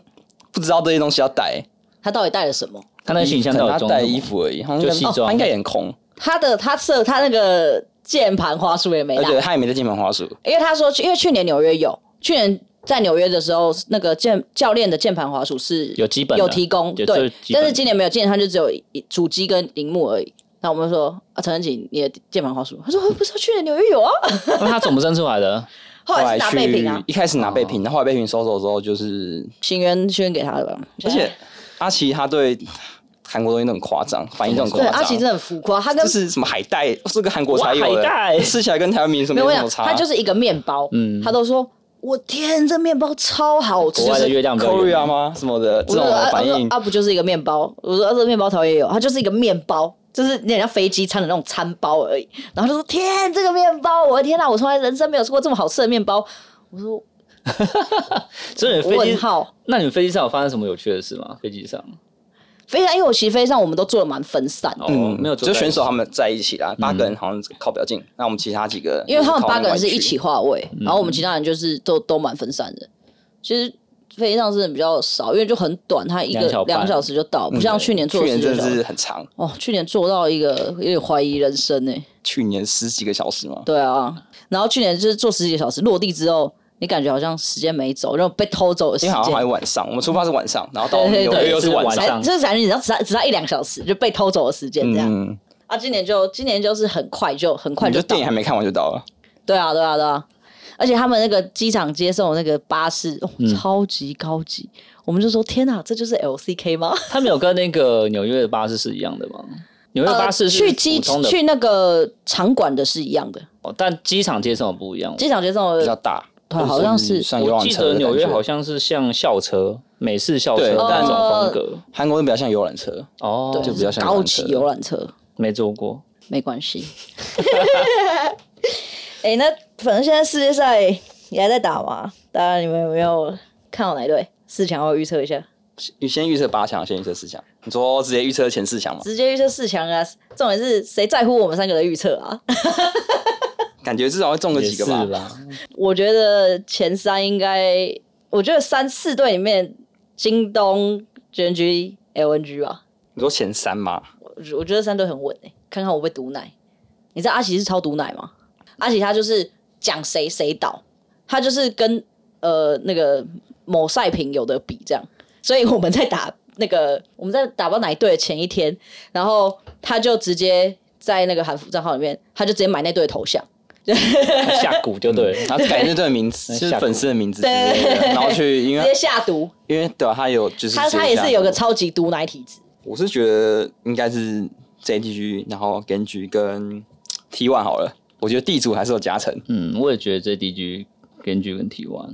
A: 不知道这些东西要带，
B: 他到底带了什么？
C: 他那个行李箱
A: 可
C: 到
A: 能他
C: 底装
A: 带
C: 什么
A: 衣服而已，好像
C: 就
A: 跟
C: 西
A: 哦
C: 装
A: 他应该也很空。
B: 他的他设他那个键盘花束也没
A: 而
B: 带，
A: 且他也没在键盘滑鼠，
B: 因为他说，因为去年纽约有，去年在纽约的时候，那个键教练的键盘滑鼠是
C: 有基本的
B: 有提供，对
C: 有最基，本的
B: 但是今年没有，今年他就只有一主机跟荧幕而已。那我们说啊，陈恩锦，你的键盘滑鼠，他说不是去年纽约 有啊，
C: 那他怎么生出来 的？
B: 后来是拿备品啊
A: 去，一开始拿备品，然后后来备品收走之后，就是
B: 行源轩给他的吧，
A: 而且阿奇他对韩国东西都很夸张，反应都很夸
B: 对
A: 张。
B: 阿奇真的很浮夸，他跟
A: 就是什么海带，是个韩国才有的，
C: 哇海带
A: 吃起来跟台湾民什
B: 没
A: 么
B: 有
A: 没
B: 我
A: 什
B: 想
A: 么差。
B: 他就是一个面包，嗯，他都说我天，这面包超好吃
C: 国，外的月亮比较
A: Korea
C: 圆。
A: 吗？什么的这
B: 我就
A: 种
B: 说啊，
A: 反
B: 我说
A: 应，
B: 啊，不就是一个面包？我说啊，这个面包条也有，它就是一个面包，就是人家飞机餐的那种餐包而已。然后就说天，这个面包，我的天哪、我从来人生没有吃过这么好吃的面包。我说
C: 所以你飞
B: 问
C: 机，
B: 号，
C: 那你们飞机上有发生什么有趣的事吗？飞机上，
B: 飞机上，因为我其实飞机上我们都做的蛮分散的。
C: 哦，
A: 嗯，
C: 没有坐在
A: 就
C: 一起，
A: 选手他们在一起
C: 嗯
A: 啦，八个人好像靠比较近，那我们其他几个，
B: 因为他们八个人是一起，划位，
A: 嗯
B: 然后我们其他人就是都都蛮分散的。其实飞机上是比较少，因为就很短，它一
C: 两小
B: 个
C: 半
B: 两小时就到，不像去年做
A: 嗯去
B: 的
A: 年
B: 时
A: 真
B: 间
A: 的是很长，
B: 哦，去年做到一个有点怀疑人生呢、
A: 去年十几个小时嘛，
B: 对啊，然后去年就是坐十几个小时，落地之后，你感觉好像时间没走，然后被偷走的时
A: 因为好像还
B: 间。
A: 晚上，我们出发是晚上，然后到
B: 对对
A: 纽
B: 对
A: 约又是晚
C: 晚
A: 上，
C: 上
B: 就是感觉你只要只差只差一两小时就被偷走的时间这样、
A: 嗯，
B: 啊，今年就今年就是很快就很快
A: 你就
B: 到
A: 电，影还没看完就到了。
B: 对啊对啊对啊，而且他们那个机场接送的那个巴士、哦、
A: 嗯
B: 超级高级，我们就说天哪，这就是 LCK 吗？
C: 他们有跟那个纽约的巴士是一样的吗？纽约巴士是
B: 呃去机
C: 普通的，
B: 去那个场馆的是一样的，
C: 哦但机场接送的不一样。
B: 机场接送
A: 比较
B: 的
A: 大，
B: 对好像
A: 就是像游
C: 我
A: 览
C: 记
A: 车的感
C: 得
A: 觉。
C: 纽约好像是像校车，美式校车
A: 对
C: 那种
B: 哦
C: 风格。
A: 韩国人比较像游览车，
C: 哦，
B: 对，
A: 就比较像游
B: 高
A: 览
B: 级
A: 车
B: 游览车。
C: 没坐过。
B: 没关系。哎、那反正现在世界赛也还在打嘛，大家你们有没有看好哪一队？四强我预测一下，
A: 你先预测八强，先预测四强。你说直接预测前四强嘛？
B: 直接预测四强啊！重点是谁在乎我们三个的预测啊？
A: 感觉至少会中个
C: 也
A: 几
C: 是
A: 个吧。
C: 啦，
B: 我觉得前三应该，我觉得三四队里面，京东、GNG、LNG 吧，
A: 你说前三嘛？
B: 我我觉得三队很稳诶、看看我会不会毒奶。你知道阿奇是超毒奶吗？阿奇他就是讲谁谁倒，他就是跟呃那个某赛评有的比这样。所以我们在打那个我们在打到哪一队的前一天，然后他就直接在那个韩服账号里面，他就直接买那队的头像。
C: 下蛊就对了。
A: 然后改那队的名 字，
C: 嗯
A: 就是
C: 下
A: 粉
C: 蛊
A: 丝的名字之类的，然后去，因
B: 直接
A: 为
B: 下毒，
A: 因为对吧、啊他有就是
B: 他
A: 直接
B: 他也
A: 下
B: 是有个，超级毒奶体质，
A: 我是觉得应该是 JTG，然后 Genji 跟 T1 好了。我觉得地主还是有加成，
C: 嗯，我也觉得这 DG 跟 G 跟 T 1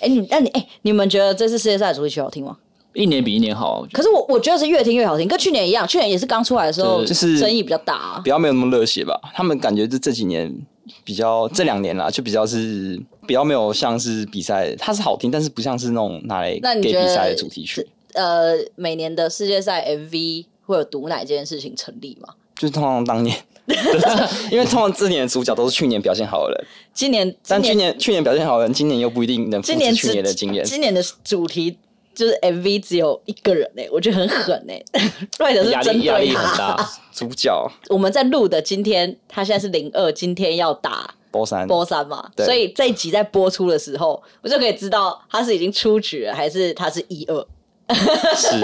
B: 哎、你那你哎、你们觉得这次世界赛的主题曲好听吗？
C: 一年比一年好，我觉
B: 可是我我觉得是越听越好听，跟去年一样，去年也是刚出来的时候，
A: 就是
B: 争议比较大、啊
A: 比。较没有那么热血吧。他们感觉这这几年比较这两年啦，就比较是比较没有像是比赛，它是好听，但是不像是那种拿来
B: 那
A: 给
B: 你
A: 比
B: 觉得
A: 赛的主题曲，
B: 呃，每年的世界赛 MV 会有毒奶这件事情成立吗？
A: 就是通常当 年， 因为通常这年的主角都是去年表现好的人，
B: 今年，
A: 但去
B: 今
A: 年去年表现好的人，今年又不一定能复
B: 今年
A: 制
B: 只
A: 去年的经验。
B: 今年的主题就是 MV 只有一个人哎、我觉得很狠哎、欸，r i
C: 得
B: 是
C: 压
B: 针
C: 力
B: 对
C: 压
B: 啊
C: 力很
B: 他。
C: 大。
A: 主角
B: 我们在录的今天，他现在是零二，今天要打
A: 波山，
B: 波三嘛，
A: 对
B: 所以这一集在播出的时候，我就可以知道 他是已经出局了，还是他是一二。
A: 是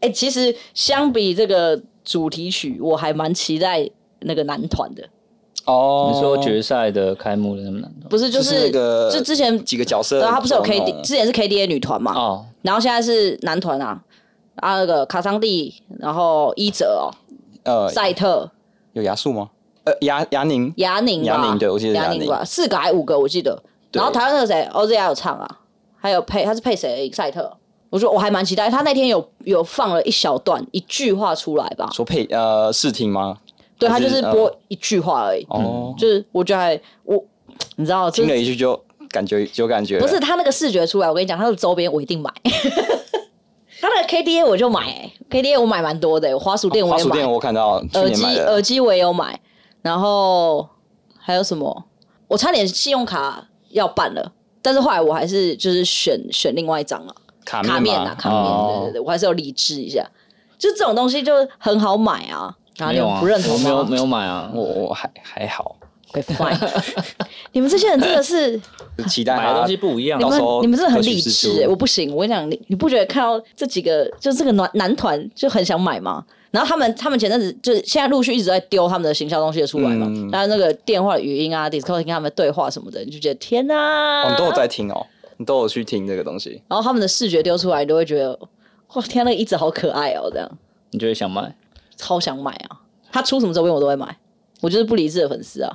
B: 哎、哎、其实相比这个主题曲，我还蛮期待那个男团的，
A: 哦
C: 你说决赛的开幕的那么难懂
B: 不是
A: 就是
B: 是
A: 那个
B: 就之前
A: 几个角色，
B: 对，啊他不是有
A: 我弄
B: K D，
A: 了
B: 之前是 K D A 女团嘛，
C: 哦，
B: 然后现在是男团啊，啊那个卡桑蒂，然后伊泽哦，
A: 呃
B: 赛特、
A: 有牙树吗？呃，牙牙宁
B: 雅宁吧，
A: 雅宁对我记得是
B: 雅
A: 雅
B: 宁
A: 宁
B: 吧，四个还五个我记得，
A: 对
B: 然后台湾那个谁 OZI 有唱啊，还有配他是配谁？赛特，我说我还蛮期待，他那天有有放了一小段一句话出来吧，
A: 说配呃试听吗？
B: 对他
A: 还
B: 就是
A: 呃
B: 播一句话而已，
A: 哦，
B: 就是我觉得还我你知道，就
A: 听了
B: 是
A: 一句就感觉有感觉了，
B: 不是他那个视觉出来，我跟你讲，他的周边我一定买。 他的 KDA 我就买、欸、，KDA 我买蛮多的、欸，我滑鼠店我
A: 花
B: 也
A: 哦鼠
B: 买，
A: 店我看到去
B: 耳
A: 年
B: 机呃
A: 买的
B: 耳机我也有买，然后还有什么？我差点信用卡要办了，但是后来我还是就是选选另外一张了，
A: 卡
B: 卡面
A: 面
B: 啊
A: 嘛，
B: 卡面，
C: 哦
B: 对对对，我还是有理智一下。就这种东西就很好买啊，然后
C: 没
B: 你
C: 有
B: 们
C: 啊
B: 不认同
C: 我没有
B: 吗
C: 没有买啊，
A: 我我还还好，
B: ？OK fine，你 们这些人真的是
A: 期待
C: 买的
A: 它
C: 东西不一样
B: 啊
A: 到
B: 你们
A: 时候
B: 你们真的很
A: 可取
B: 理
A: 之
B: 智
A: 处
B: 欸、我不行，我跟你讲，你你不觉得看到这几个就这个男男团就很想买吗？然后他们他们前阵子就是现在陆续一直在丢他们的行销东西的出来嘛，
A: 嗯
B: 然后那个电话语音啊，Discord 听他们对话什么的，你就觉得天哪、
A: 哦，你都有在听哦，你都有去听这个东西。
B: 然后他们的视觉丢出来，你都会觉得哇，天啊、那个一直好可爱哦，这样
C: 你就会想买。
B: 超想买啊！他出什么周边我都会买，我就是不理智的粉丝啊。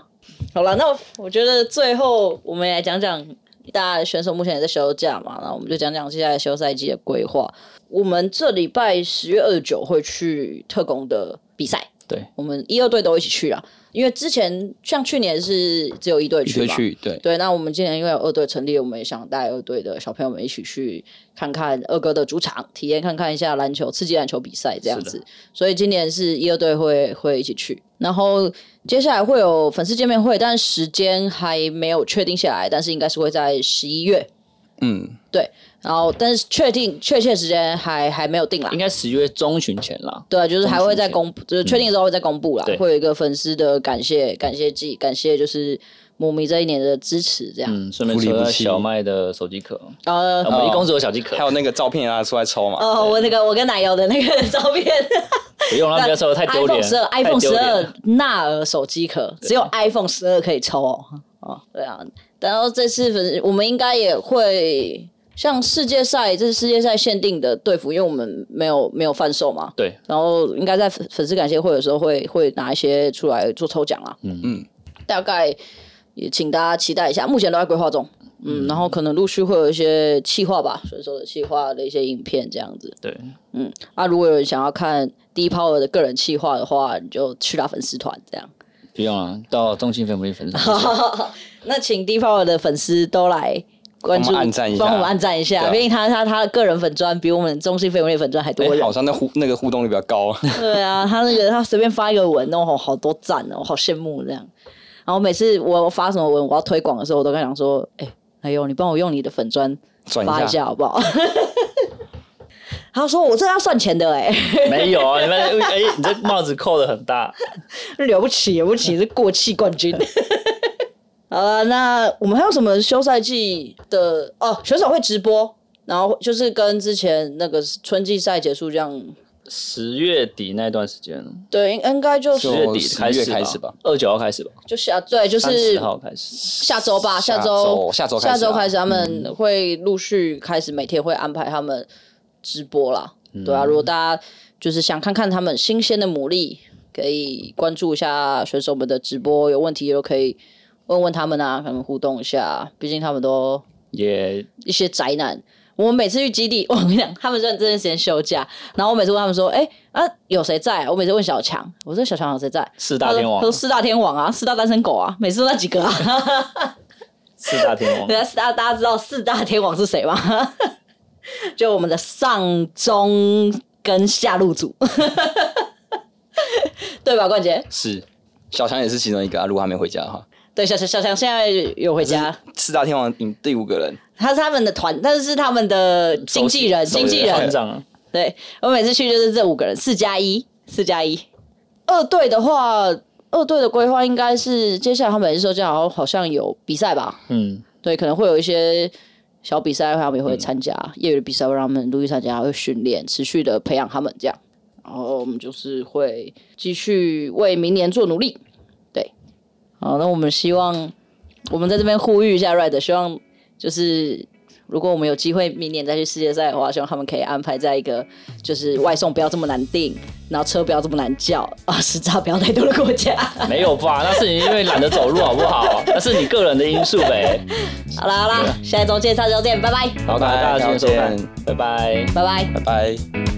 B: 好了，那我我觉得最后我们来讲讲大家选手目前也在休假嘛，那我们就讲讲接下来休赛季的规划。我们这礼拜十月二十九会去特工的比赛，
C: 对，
B: 我们一二队都一起去啊，因为之前像去年是只有一队去嘛，
A: 对，
B: 对，那我们今年因为有二队成立，我们也想带二队的小朋友们一起去看看二哥的主场，体验看看一下篮球，刺激篮球比赛这样
C: 是
B: 子。所以今年是一二队会会一起去，然后接下来会有粉丝见面会，但时间还没有确定下来，但是应该是会在十一月。
A: 嗯，
B: 然后，但是确定确切时间还还没有定啦
C: 应。该十月中旬前啦。
B: 对，啊就是还会再
C: 中
B: 公布，就是确定之后会再公布啦，
C: 嗯对
B: 会有一个粉丝的感谢感谢季，感谢就是母迷这一年的支持，这样。
C: 嗯，顺便
A: 不离
C: 说
A: 不
C: 下
A: 弃
C: 小麦的手机壳，
B: 呃
C: 呃，我们一公只有小机壳
A: 还，有那个照片啊，出来抽嘛，
B: 哦，我那个我跟奶油的那个照片
C: 不用让人家说太丢 脸
B: ，iPhone 十二
C: 太
B: ，iPhone
C: 丢
B: 十
C: 脸
B: 二纳尔手机壳，只有 iPhone 十二可以抽哦。哦，对啊，然后这次粉丝我们应该也会像世界赛，这是世界赛限定的队服，因为我们没有没有贩售嘛。
C: 对，
B: 然后应该在粉粉丝感谢会的时候会会拿一些出来做抽奖啦。啊
C: 嗯
A: 嗯，
B: 大概也请大家期待一下，目前都在规划中。嗯，然后可能陆续会有一些企划吧，选手的企划的一些影片这样子。
C: 对，
B: 嗯，啊，如果有人想要看 D Power 的个人企划的话，你就去他粉丝团这样。
C: 不用了，到中心粉不粉丝 团去。
B: 那请 D Power 的粉丝都来关注，
A: 帮我们按赞一下
B: 帮我们按赞
A: 对
B: 一下，
A: 啊
B: 毕竟他他他的个人粉砖比我们中信绯闻粉砖还多
A: 哎，
B: 人
A: 好。像那互那个互动率比较高。
B: 对啊，他那个他随便发一个文，弄好好多赞哦，好羡慕这样。然后每次我发什么文，我要推广的时候，我都跟他讲说，哎、哎呦，你帮我用你的粉砖
A: 转
B: 发一
A: 一下，
B: 下好不好？ 他说我这要算钱的哎、
C: 没有啊，你们哎，你这帽子扣的很大，
B: 了不起了不起，是过气冠军。 好了，那我们还有什么休赛季的哦？选手会直播，然后就是跟之前那个春季赛结束这样，
C: 十月底那段时间，
B: 对，应应该就是
C: 哦十月底
A: 10
C: 开始
A: 月开始吧，
C: 二九号开始吧，
B: 就下对，就
C: 三
B: 是
C: 十号开始，
B: 下周吧，
A: 下
B: 周
A: 周下周开始
B: 下
A: 啊
B: 周开始，他们会陆续开始每天会安排他们直播啦。
A: 嗯
B: 对啊，如果大家就是想看看他们新鲜的牡蛎，可以关注一下选手们的直播，有问题都可以问问他们啊，跟他们互动一下，毕竟他们都
C: 也
B: 一些宅男。我们每次去基地，我跟你讲，他们这这段时间休假，然后我每次问他们说：“哎、啊，有谁在啊、我每次问小强，我说：“小强有谁在？”
C: 四
B: 他
C: 大
B: 说
C: 天：“王
B: 他说，四大天王啊，四大单身狗啊，每次都那几个啊。”
C: 四大天王
B: 大，家四大大家知道四大天王是谁吗？ 就我们的上中跟下路组，对吧？冠杰，
A: 是小强也是其中一个啊，如果还没回家的话，
B: 对小小小强现在有回家，
A: 四大天王赢第五个人，
B: 他是他们的团，但是他们的 经纪人，
C: 首
B: 经
C: 席
B: 纪
C: 团
B: 人。
C: 长啊，
B: 对我每次去就是这五个人，四加一，四加一。二队的话，二队的规划应该是接下来他们也是说，这样好像有比赛吧？
C: 嗯，
B: 对，可能会有一些小比赛他们也会参加，业余的比赛会让他们陆续参加，会训练，持续的培养他们这样。然后我们就是会继续为明年做努力。对，好，那我们希望我们在这边呼吁一下 Red，希望就是如果我们有机会明年再去世界赛的话，希望他们可以安排在一个就是外送不要这么难订，然后车不要这么难叫啊，时差不要太多的国家。
C: 没有吧？那是你因为懒得走路，好不好？那是你个人的因素呗。
B: 好啦好啦，下一周见，下周见，拜拜，
C: 好，感谢大家今天收看，拜拜。
B: 拜拜。
A: 拜拜。